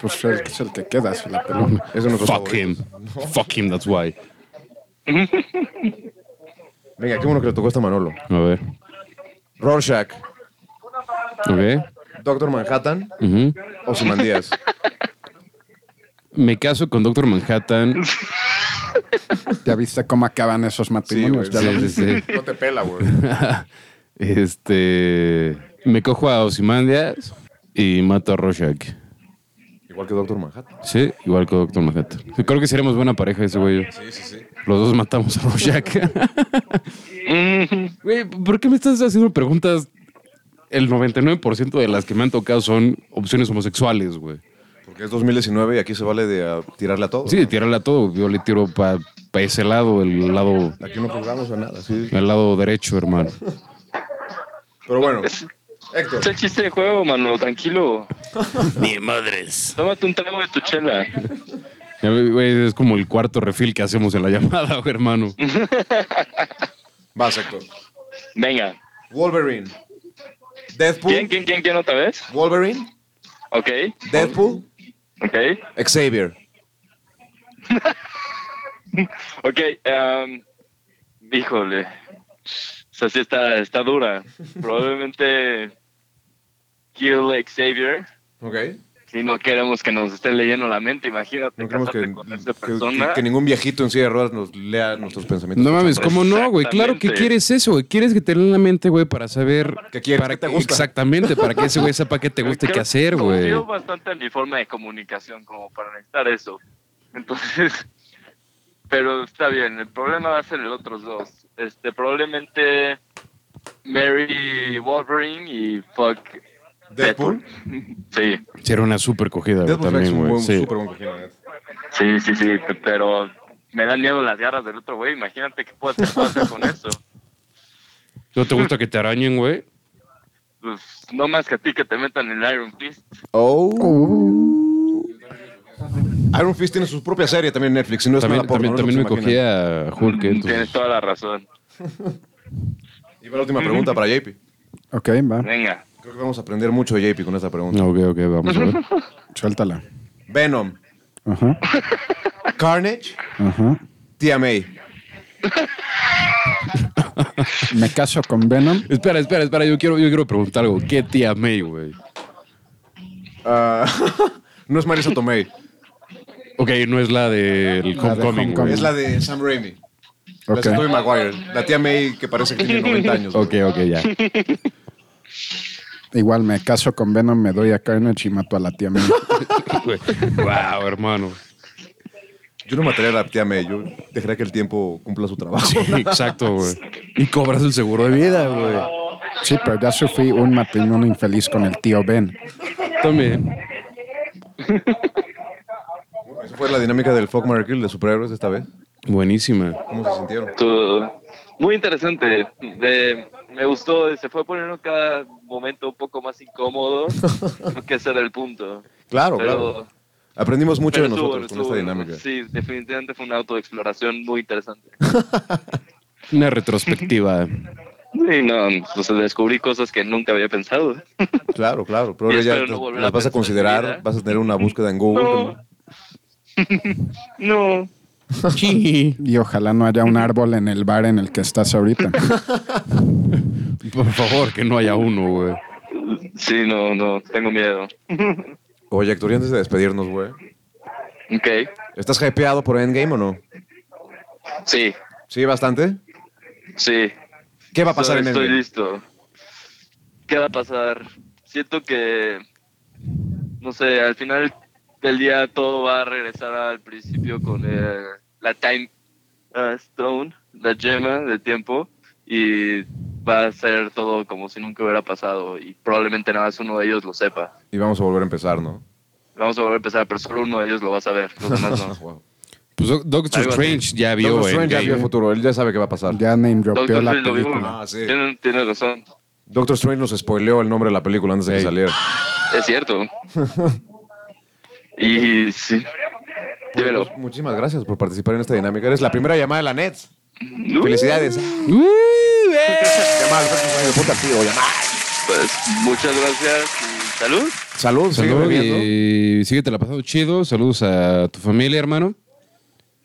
Speaker 3: Pues es es el que queda, se la peló.
Speaker 1: Es uno de los
Speaker 2: Fuck him.
Speaker 1: favoritos.
Speaker 2: Fuck him, that's why.
Speaker 1: Venga, qué bueno que le tocó esta Manolo.
Speaker 2: A ver.
Speaker 1: Rorschach,
Speaker 2: Ok.
Speaker 1: Doctor Manhattan
Speaker 2: Ujú.
Speaker 1: o Simandías.
Speaker 2: Me caso con Doctor Manhattan.
Speaker 3: Ya viste cómo acaban esos matrimonios.
Speaker 1: güey.
Speaker 3: ya lo
Speaker 2: Sí,
Speaker 3: vi.
Speaker 2: sí, sí.
Speaker 1: No te pela, güey.
Speaker 2: Este. Me cojo a Ozymandias y mato a Rorschach.
Speaker 1: Igual que Doctor Manhattan.
Speaker 2: Sí, igual que Doctor Manhattan. Sí, creo que seremos buena pareja ese güey. Sí, sí, sí. Los dos matamos a Rorschach.
Speaker 5: Mm,
Speaker 2: Güey, ¿por qué me estás haciendo preguntas? El 99% de las que me han tocado son opciones homosexuales, güey.
Speaker 1: Porque es 2019 y aquí se vale de ah, tirarle a todo.
Speaker 2: Sí, tírala todo. Yo le tiro para ese lado, el lado,
Speaker 1: Aquí no jugamos a nada, sí.
Speaker 2: el lado derecho, hermano.
Speaker 1: Pero bueno,
Speaker 5: Es
Speaker 1: Héctor.
Speaker 5: el chiste de juego, mano, tranquilo.
Speaker 2: Ni madres.
Speaker 5: Tómate un trago de tu chela.
Speaker 2: Ya, güey, es como el cuarto refil que hacemos en la llamada, güey, hermano.
Speaker 1: Vas, Héctor.
Speaker 5: Venga.
Speaker 1: Wolverine. Deadpool.
Speaker 5: ¿Quién, quién, quién, quién otra vez?
Speaker 1: Wolverine.
Speaker 5: Ok,
Speaker 1: Deadpool.
Speaker 5: ok.
Speaker 1: Xavier.
Speaker 5: Ok, em, híjole. O sea, sí está, está dura. Probablemente Kill Xavier.
Speaker 1: Ok.
Speaker 5: Si no queremos que nos esté leyendo la mente, imagínate.
Speaker 1: No queremos que,
Speaker 5: casarte con esa
Speaker 1: que-
Speaker 5: persona.
Speaker 1: que- que ningún viejito en silla de ruedas nos lea nuestros pensamientos.
Speaker 2: No mames, ¿cómo no, güey? Claro que
Speaker 5: Exactamente.
Speaker 2: quieres eso, güey. Quieres que te den la mente, güey, para saber.
Speaker 1: ¿Qué quieres?
Speaker 2: para
Speaker 1: ¿Qué te gusta?
Speaker 2: Exactamente, para que ese güey sepa qué te gusta y
Speaker 5: Creo
Speaker 2: qué
Speaker 5: que
Speaker 2: hacer, güey.
Speaker 5: confío bastante en mi forma de comunicación como para necesitar eso. Entonces, pero está bien, el problema va a ser los otros dos. Este, probablemente Mary Wolverine y fuck
Speaker 1: Deadpool.
Speaker 5: Sí,
Speaker 2: Sí, era una súper cogida, güey,
Speaker 1: Deadpool es
Speaker 2: también,
Speaker 1: un
Speaker 2: güey.
Speaker 1: buen,
Speaker 2: Sí.
Speaker 1: súper buen cojín, la neta.
Speaker 5: sí, sí, sí, pero me dan miedo las garras del otro güey, imagínate qué puedo hacer, puedo hacer con eso.
Speaker 2: ¿No te gusta que te arañen, güey?
Speaker 5: Pues, no más que a ti que te metan en Iron Fist.
Speaker 1: Oh. Iron Fist tiene su propia serie también en Netflix. y no es
Speaker 2: también
Speaker 1: nada porno,
Speaker 2: también,
Speaker 1: no
Speaker 2: también
Speaker 1: se Mm,
Speaker 2: me
Speaker 1: imaginan.
Speaker 2: cogía a Hulk. eh,
Speaker 5: Tienes
Speaker 2: Entonces,
Speaker 5: toda la razón.
Speaker 1: Y va la última pregunta para JP.
Speaker 3: Ok, va.
Speaker 5: Venga.
Speaker 1: Creo que vamos a aprender mucho de JP con esta pregunta.
Speaker 2: ok, ok, vamos a ver.
Speaker 3: Suéltala.
Speaker 1: Venom.
Speaker 3: Ajá.
Speaker 1: Carnage.
Speaker 3: Ajá.
Speaker 1: Tía May.
Speaker 3: Me caso con Venom.
Speaker 2: espera, espera, espera. Yo quiero, yo quiero preguntar algo. ¿Qué tía May, güey?
Speaker 1: Ah, no es Marisa Tomei.
Speaker 2: Ok, no es la
Speaker 3: La
Speaker 2: del
Speaker 3: de
Speaker 2: Homecoming, güey.
Speaker 3: Homecoming.
Speaker 1: Es la de Sam Raimi. La
Speaker 3: Ok.
Speaker 1: de Tobey Maguire. La tía May que parece que tiene 90 años. güey.
Speaker 2: Ok, ok, ya.
Speaker 3: Igual me caso con Venom, me doy a Carnage y mato a la tía May.
Speaker 2: Güey. wow, hermano.
Speaker 1: Yo no mataría a la tía May. Yo dejaría que el tiempo cumpla su trabajo.
Speaker 2: Sí, exacto, güey. Y cobras el seguro de vida, güey.
Speaker 3: Sí, pero ya sufrí un matrimonio infeliz con el tío Ben.
Speaker 2: También.
Speaker 1: Bueno, esa fue la dinámica del Fuck Marry Kill de superhéroes esta vez.
Speaker 2: Buenísima.
Speaker 1: ¿Cómo se sintieron?
Speaker 5: Tú- muy interesante. De- me gustó, se fue poniendo cada momento un poco más incómodo, que ese era el punto.
Speaker 1: Claro, Oh, claro.
Speaker 5: Pero-
Speaker 1: Aprendimos mucho
Speaker 5: pero
Speaker 1: de
Speaker 5: estuvo-
Speaker 1: nosotros con
Speaker 5: estuvo-
Speaker 1: esta dinámica.
Speaker 5: Sí, definitivamente fue un auto de exploración muy interesante.
Speaker 2: Una retrospectiva.
Speaker 5: Sí, no, pues descubrí cosas que nunca había pensado.
Speaker 1: Claro, claro. Pero
Speaker 5: Y
Speaker 1: ahora ya
Speaker 5: espero no volver a
Speaker 1: las vas a
Speaker 5: pensar en mi vida.
Speaker 1: considerar, vas a tener una búsqueda en Google.
Speaker 5: No. No.
Speaker 2: Sí.
Speaker 3: Y ojalá no haya un árbol en el bar en el que estás ahorita.
Speaker 2: Por favor, que no haya uno, güey.
Speaker 5: Sí, no, no, tengo miedo.
Speaker 1: Oye, Héctor, y antes de despedirnos, güey.
Speaker 5: Ok,
Speaker 1: ¿Estás hypeado por Endgame o no?
Speaker 5: sí,
Speaker 1: Sí, bastante.
Speaker 5: sí.
Speaker 1: ¿Qué va a pasar
Speaker 5: Estoy-
Speaker 1: en
Speaker 5: Estoy
Speaker 1: Endgame?
Speaker 5: listo. ¿Qué va a pasar? Siento que, no sé, al final del día todo va a regresar al principio con eh, la Time eh, Stone, la gema de tiempo, y va a ser todo como si nunca hubiera pasado, y probablemente nada más uno de ellos lo sepa.
Speaker 1: Y vamos a volver a empezar, ¿no?
Speaker 5: Vamos a volver a empezar, pero solo uno de ellos lo va a saber, los demás no.
Speaker 1: Wow.
Speaker 2: Pues Doc- Doctor
Speaker 5: Algo así.
Speaker 2: Strange ya vio,
Speaker 1: Doctor
Speaker 2: güey.
Speaker 1: Strange ya
Speaker 2: Endgame.
Speaker 1: vio el futuro, él ya sabe qué va a pasar.
Speaker 3: Ya name dropeó
Speaker 5: Doctor
Speaker 3: la
Speaker 5: Strange lo vio.
Speaker 3: película.
Speaker 1: Ah, sí.
Speaker 5: Tiene, tiene razón,
Speaker 1: Doctor Strange nos spoileó el nombre de la película antes de que
Speaker 2: Sí.
Speaker 1: saliera.
Speaker 5: es cierto. y sí. Dímelo.
Speaker 1: Pues, muchísimas gracias por participar en esta dinámica. Eres la primera llamada de la Nets. Felicidades. pues,
Speaker 2: Uh, eh.
Speaker 1: Yamal, ponte activo, Yamal.
Speaker 5: Pues muchas gracias y salud.
Speaker 1: Salud, sigue
Speaker 2: Salud
Speaker 1: bebiendo.
Speaker 2: y síguete la pasando chido. Saludos a tu familia, hermano.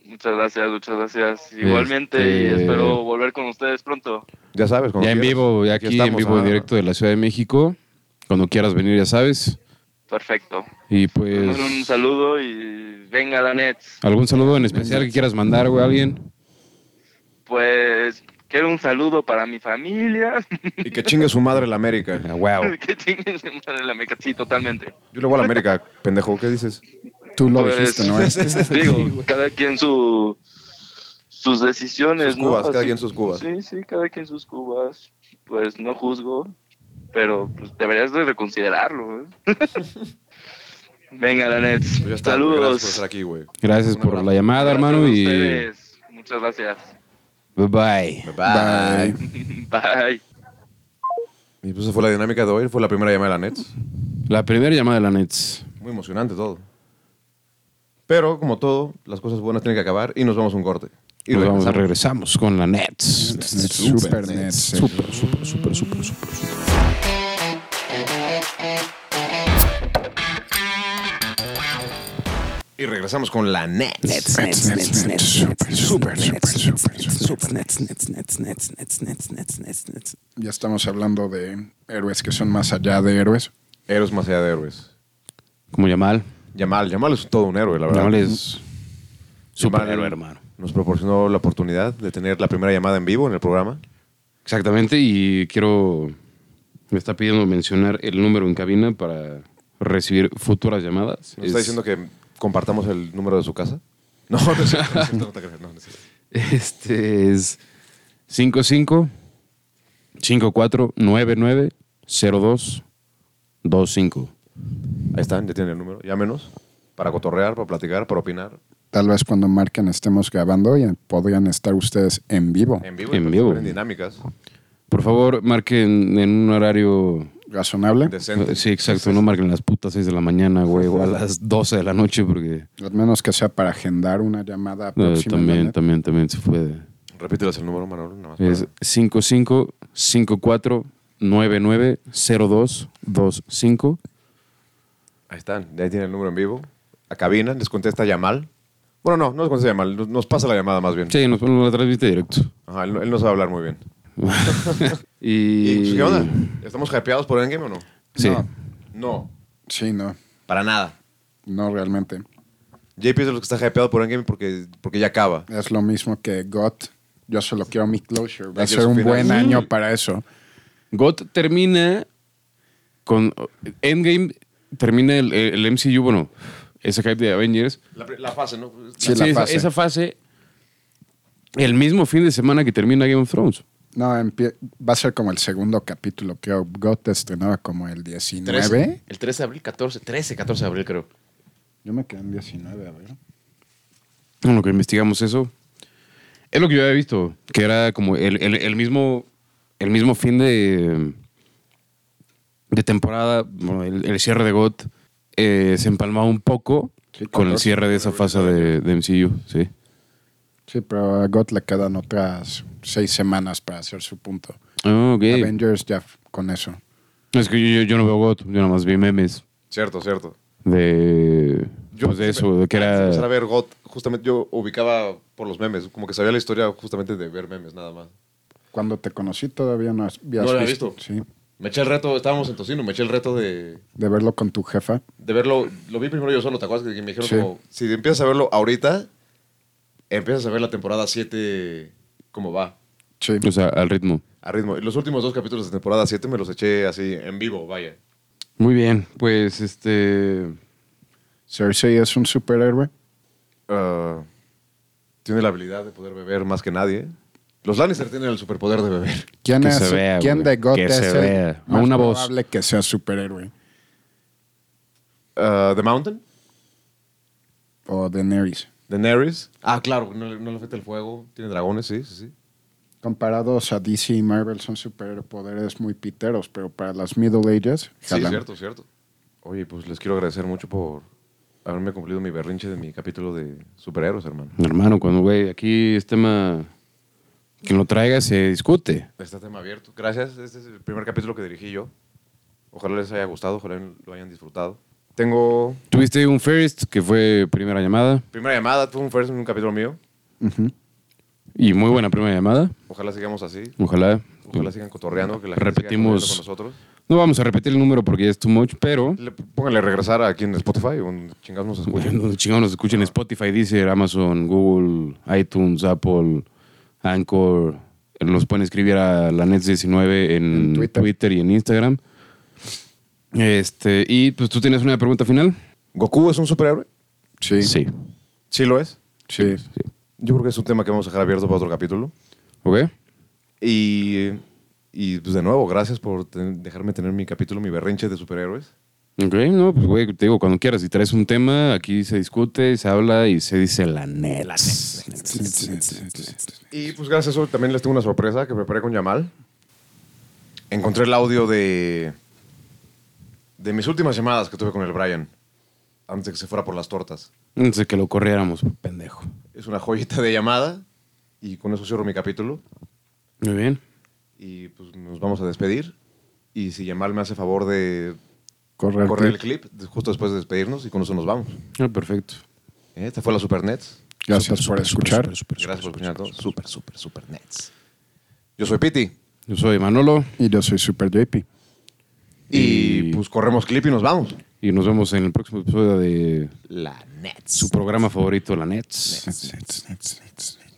Speaker 5: Muchas gracias, muchas gracias. Igualmente,
Speaker 2: Este-
Speaker 5: y espero volver con ustedes pronto.
Speaker 1: Ya sabes, cuando
Speaker 2: ya en
Speaker 1: quieras.
Speaker 2: vivo, ya aquí en
Speaker 1: estamos,
Speaker 2: vivo
Speaker 1: ah.
Speaker 2: directo de la Ciudad de México. Cuando quieras venir, ya sabes.
Speaker 5: Perfecto.
Speaker 2: Y pues,
Speaker 5: Un saludo y venga la Nets.
Speaker 2: ¿algún saludo en especial que quieras mandar, güey, a alguien?
Speaker 5: Pues quiero un saludo para mi familia.
Speaker 1: Y que chingue su madre la América.
Speaker 2: Ah, wow.
Speaker 5: que chinguen su madre la meca. Sí, totalmente.
Speaker 1: Yo le voy a la América, pendejo. ¿Qué dices?
Speaker 3: Tú lo
Speaker 5: Pues,
Speaker 3: dijiste, ¿no?
Speaker 5: Digo, cada quien su, sus decisiones,
Speaker 1: Sus
Speaker 5: ¿no?
Speaker 1: cubas, cada
Speaker 5: Así-
Speaker 1: quien sus cubas.
Speaker 5: Sí, sí, cada quien sus cubas. Pues no juzgo, pero pues, deberías de reconsiderarlo. ¿eh? Venga, la Nets.
Speaker 1: Pues ya está, güey, Gracias por
Speaker 5: Saludos.
Speaker 1: estar aquí, güey.
Speaker 2: Gracias
Speaker 1: Un
Speaker 2: por
Speaker 1: abrazo.
Speaker 2: la llamada, hermano,
Speaker 5: Gracias a
Speaker 2: y bye
Speaker 5: ustedes. Muchas gracias.
Speaker 2: bye.
Speaker 3: Bye.
Speaker 5: Bye.
Speaker 1: Y pues esa fue la dinámica de hoy. Fue la primera llamada de la Nets.
Speaker 2: La primera llamada de la Nets.
Speaker 1: Muy emocionante todo. Pero, como todo, las cosas buenas tienen que acabar y nos vamos a un corte. Y
Speaker 2: Y vamos,
Speaker 1: regresamos.
Speaker 2: regresamos con la Nets.
Speaker 3: Super Nets. sí.
Speaker 2: Súper, súper, súper, súper, súper.
Speaker 1: Y regresamos con la Nets.
Speaker 4: Nets, nets, nets, nets, super, super, super, super, super, nets, nets, nets, nets, nets, nets, nets, nets, nets.
Speaker 3: Ya estamos hablando de héroes que son más allá de héroes.
Speaker 1: Héroes más allá de héroes.
Speaker 2: Como Yamal.
Speaker 1: Yamal. Yamal es todo un héroe, la verdad.
Speaker 2: Yamal es superhéroe,
Speaker 1: Yamal
Speaker 2: hermano.
Speaker 1: Nos proporcionó la oportunidad de tener la primera llamada en vivo en el programa.
Speaker 2: Exactamente, y quiero. Me está pidiendo mencionar el número en cabina para recibir futuras llamadas.
Speaker 1: Nos está diciendo que compartamos el número de su casa. No, no es cierto, no es cierto, no te creas, no, no es cierto.
Speaker 2: Este es 55 54 99 02 25.
Speaker 1: Ahí están, ya tienen el número. Llámenos para cotorrear, para platicar, para opinar.
Speaker 3: Tal vez cuando marquen estemos grabando y podrían estar ustedes en vivo.
Speaker 1: En vivo.
Speaker 2: En
Speaker 1: y
Speaker 2: vivo.
Speaker 1: participar En dinámicas.
Speaker 2: Por favor, marquen en un horario
Speaker 3: ¿Razonable?
Speaker 1: Decente.
Speaker 2: Sí, exacto. No marquen las putas 6 de la mañana, güey, o a las 12 de la noche, porque
Speaker 3: Al menos que sea para agendar una llamada
Speaker 2: eh,
Speaker 3: próxima.
Speaker 2: también,
Speaker 3: ¿no?
Speaker 2: también, también se puede.
Speaker 1: Repíteles el número, Manolo, nada más.
Speaker 2: Es
Speaker 1: para-
Speaker 2: 55 54 99 02 25.
Speaker 1: Ahí están, ahí tienen el número en vivo. A cabina, les contesta Yamal. Bueno, no, no les contesta Yamal, nos- nos pasa la llamada más bien.
Speaker 2: Sí, nos ponemos la transmite directo.
Speaker 1: Ajá, él, no- él no sabe hablar muy bien. ¿Y
Speaker 2: y,
Speaker 1: pues, qué onda? ¿Estamos hypeados por Endgame o no?
Speaker 2: Sí.
Speaker 3: No.
Speaker 1: No,
Speaker 3: Sí, no.
Speaker 1: para nada.
Speaker 3: No, realmente.
Speaker 1: JP es de los que está hypeado por Endgame porque, porque ya acaba.
Speaker 3: Es lo mismo que GOT. Yo solo quiero mi closure.
Speaker 1: Ya
Speaker 3: Va a
Speaker 1: quiero
Speaker 3: ser
Speaker 1: su
Speaker 3: un
Speaker 1: final.
Speaker 3: buen
Speaker 1: Sí.
Speaker 3: año para eso.
Speaker 2: GOT termina con Endgame, termina el, el MCU, bueno, ese hype de Avengers.
Speaker 1: La, pri- la fase, ¿no?
Speaker 3: Sí, la
Speaker 2: esa-
Speaker 3: fase.
Speaker 2: Esa fase, el mismo fin de semana que termina Game of Thrones.
Speaker 3: No, empie- va a ser como el segundo capítulo. Creo GOT estrenaba como el 19.
Speaker 6: Trece. El 13 de abril, 14, 13, 14 de abril creo.
Speaker 3: Yo me quedé en 19, a ver.
Speaker 2: En lo que investigamos eso. Es lo que yo había visto, que era como el, el- el mismo, el mismo fin de, de temporada, bueno, el, el cierre de GOT eh, se empalmaba un poco
Speaker 3: Sí,
Speaker 2: con el
Speaker 3: 14,
Speaker 2: cierre de esa fase de, de MCU, sí.
Speaker 3: Sí, pero a GOT le quedan otras seis semanas para hacer su punto.
Speaker 2: Ah, ok.
Speaker 3: Avengers ya f- con eso.
Speaker 2: Es que yo, yo- yo no veo GOT, yo nada más vi memes
Speaker 1: Cierto, cierto.
Speaker 2: de,
Speaker 1: Yo
Speaker 2: pues de
Speaker 1: siempre-
Speaker 2: eso, de que
Speaker 1: antes de empezar a
Speaker 2: era...
Speaker 1: ver GOT, justamente yo ubicaba por los memes, como que sabía la historia justamente de ver memes nada más.
Speaker 3: Cuando te conocí todavía no has- habías
Speaker 1: No lo había visto.
Speaker 3: Sí,
Speaker 1: Me eché el reto, estábamos en Tocino, me eché el reto de,
Speaker 3: de verlo con tu jefa.
Speaker 1: de verlo, lo vi primero yo solo, ¿te acuerdas? Que me dijeron
Speaker 3: Sí.
Speaker 1: como, si empiezas a verlo ahorita, empiezas a ver la temporada 7 cómo va,
Speaker 3: Sí.
Speaker 2: O sea, al ritmo.
Speaker 1: a ritmo. Y Los últimos dos capítulos de temporada 7 me los eché así en vivo, vaya.
Speaker 2: Muy bien, pues este...
Speaker 3: Cersei es un superhéroe.
Speaker 1: Ah, tiene la habilidad de poder beber más que nadie. Los Lannister tienen el superpoder de beber.
Speaker 3: ¿Quién,
Speaker 2: Que
Speaker 3: es,
Speaker 2: se vea,
Speaker 3: ¿quién
Speaker 2: güey.
Speaker 3: de GOT
Speaker 2: Que
Speaker 3: es
Speaker 2: se
Speaker 3: el
Speaker 2: vea. A
Speaker 3: más
Speaker 2: una voz.
Speaker 3: probable que sea superhéroe?
Speaker 1: Ah, The Mountain,
Speaker 3: O Daenerys.
Speaker 1: Daenerys. Ah, claro, no, le- no le afecta el fuego. Tiene dragones, sí, sí, sí.
Speaker 3: Comparados a DC y Marvel son superpoderes muy piteros, pero para las Middle Ages,
Speaker 1: Sí,
Speaker 3: jalan.
Speaker 1: cierto, cierto. Oye, pues les quiero agradecer mucho por haberme cumplido mi berrinche de mi capítulo de superhéroes, hermano.
Speaker 2: Hermano, cuando, güey, aquí es tema. Quien lo traiga se discute.
Speaker 1: Este tema abierto. Gracias. Este es el primer capítulo que dirigí yo. Ojalá les haya gustado, ojalá lo hayan disfrutado. Tengo
Speaker 2: Tuviste un first, que fue primera llamada.
Speaker 1: primera llamada, fue un first en un capítulo mío.
Speaker 3: Ujú.
Speaker 2: Y muy buena primera llamada.
Speaker 1: Ojalá sigamos así.
Speaker 2: Ojalá.
Speaker 1: Ojalá sigan cotorreando. Que la
Speaker 2: Repetimos.
Speaker 1: Gente siga cotorreando con nosotros.
Speaker 2: No vamos a repetir el número porque ya es too much, pero.
Speaker 1: Le- pónganle regresar aquí en Spotify. Un chingados nos escuchen.
Speaker 2: Bueno, chingados nos escuchen Spotify, Deezer, Amazon, Google, iTunes, Apple, Anchor. Nos pueden escribir a la Nets19 en,
Speaker 3: En
Speaker 2: Twitter.
Speaker 3: Twitter.
Speaker 2: y en Instagram. Este, y pues tú tienes una pregunta final.
Speaker 1: ¿Goku es un superhéroe?
Speaker 3: Sí. Sí.
Speaker 1: Sí lo es.
Speaker 3: sí.
Speaker 1: Yo creo que es un tema que vamos a dejar abierto para otro capítulo.
Speaker 2: ¿Ok?
Speaker 1: Y, y pues de nuevo, gracias por ten- dejarme tener mi capítulo, mi berrinche de superhéroes.
Speaker 2: Ok, no, pues güey, te digo, cuando quieras, si traes un tema, aquí se discute, se habla y se dice la nela.
Speaker 1: Y pues gracias a eso también les tengo una sorpresa que preparé con Yamal. Encontré el audio de, de mis últimas llamadas que tuve con el Brian antes de que se fuera por las tortas.
Speaker 2: Antes de que lo corriéramos, pendejo.
Speaker 1: Es una joyita de llamada y con eso cierro mi capítulo
Speaker 2: Muy bien.
Speaker 1: y pues nos vamos a despedir. Y si Yamal me hace favor de
Speaker 3: Correr. el
Speaker 1: correr el
Speaker 3: clip.
Speaker 1: clip justo después de despedirnos y con eso nos vamos.
Speaker 2: Ah, perfecto.
Speaker 1: Eh, Esta fue la Supernets.
Speaker 3: Gracias por escuchar.
Speaker 1: Gracias por escuchar a todos. Super, super, super Nets. Yo soy Piti.
Speaker 2: Yo soy Manolo
Speaker 3: Y yo soy Super JP.
Speaker 1: Y pues corremos clip y nos vamos.
Speaker 2: y nos vemos en el próximo episodio de
Speaker 1: La Nets.
Speaker 2: su programa favorito, La Nets.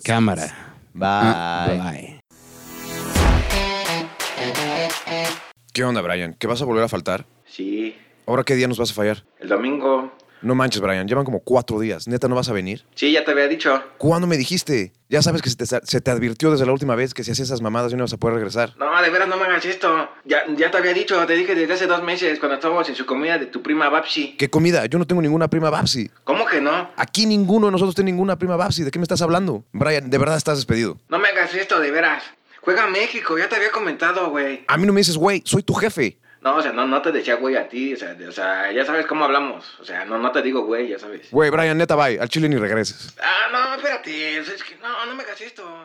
Speaker 2: Cámara.
Speaker 1: Ah, Bye.
Speaker 2: Bye.
Speaker 1: ¿Qué onda, Brian? ¿Qué vas a volver a faltar?
Speaker 7: Sí,
Speaker 1: ¿Ahora qué día nos vas a fallar?
Speaker 7: el domingo.
Speaker 1: No manches, Brian. Llevan como cuatro días. ¿Neta no vas a venir?
Speaker 7: Sí, ya te había dicho.
Speaker 1: ¿Cuándo me dijiste? Ya sabes que se te, se te advirtió desde la última vez que si hacías esas mamadas ya no ibas a poder regresar.
Speaker 7: No, de veras no me hagas esto. Ya, ya te había dicho, te dije desde hace dos meses cuando estábamos en su comida de tu prima Babsi.
Speaker 1: ¿Qué comida? Yo no tengo ninguna prima Babsi.
Speaker 7: ¿Cómo que no?
Speaker 1: Aquí ninguno de nosotros tiene ninguna prima Babsi. ¿De qué me estás hablando? Brian, de verdad estás despedido.
Speaker 7: No me hagas esto, de veras. Juega México, ya te había comentado, güey.
Speaker 1: A mí no me dices, güey, soy tu jefe.
Speaker 7: No, o sea, no, no te decía güey a ti, o sea, de- o sea, ya sabes cómo hablamos. O sea, no, no te digo güey, ya sabes.
Speaker 1: Güey, Brian, neta, bye. Al chile ni regreses.
Speaker 7: Ah, no, espérate, es que no, no me hagas esto.